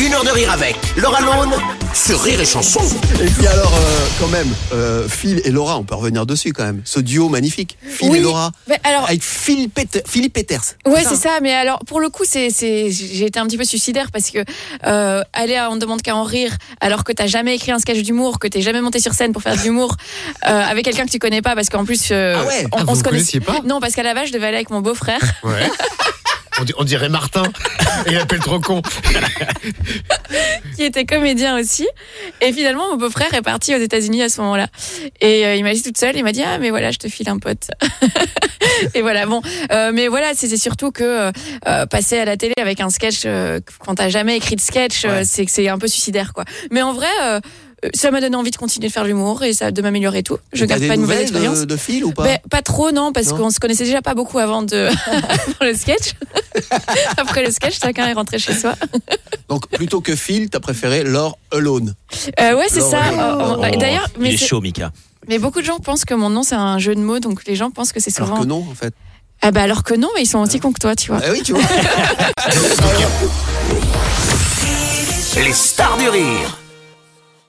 Une heure de rire avec Laura Lone sur Rire et Chanson. Et puis alors, euh, quand même, euh, Phil et Laura, on peut revenir dessus quand même. Ce duo magnifique, Phil Oui, et Laura, mais alors- avec Phil Peter- Philippe Peters. Ouais, ça, c'est ça. Mais alors, pour le coup, c'est, c'est, j'ai été un petit peu suicidaire parce que euh, aller à On ne demande qu'à en rire, alors que t'as jamais écrit un sketch d'humour, que t'es jamais monté sur scène pour faire de l'humour euh, avec quelqu'un que tu connais pas, parce qu'en plus, euh, Ah ouais on, Ah, on vous se vous connaissait connaissiez pas Non, parce qu'à la base, je devais aller avec mon beau-frère. Ouais. On, di- on dirait Martin. Il appelle trop con. qui était comédien aussi. Et finalement, mon beau-frère est parti aux États-Unis à ce moment-là. Et euh, il m'a dit toute seule, il m'a dit ah mais voilà, je te file un pote. et voilà bon, Euh, mais voilà, c'est c'est surtout que euh, euh, passer à la télé avec un sketch euh, quand t'as jamais écrit de sketch, euh, c'est que c'est un peu suicidaire quoi. Mais en vrai. euh, ça m'a donné envie de continuer de faire de l'humour et ça de m'améliorer et tout. Je T'as garde des pas une mauvaise nouvelles de- expérience. De, Phil ou pas Ben, pas trop, non, parce Non. qu'on se connaissait déjà pas beaucoup avant de avant le sketch. Après le sketch, chacun est rentré chez soi. Donc plutôt que Phil, t'as préféré Laura Alone. Euh, ouais, c'est ça. Laure, Euh, euh, D'ailleurs, Oh, mais il est c'est- chaud, Mika. Mais beaucoup de gens pensent que mon nom c'est un jeu de mots, donc les gens pensent que c'est souvent. Alors que non, en fait. Ah bah alors que non, mais ils sont aussi cons que toi, tu vois. Ah oui, tu vois. Les stars du rire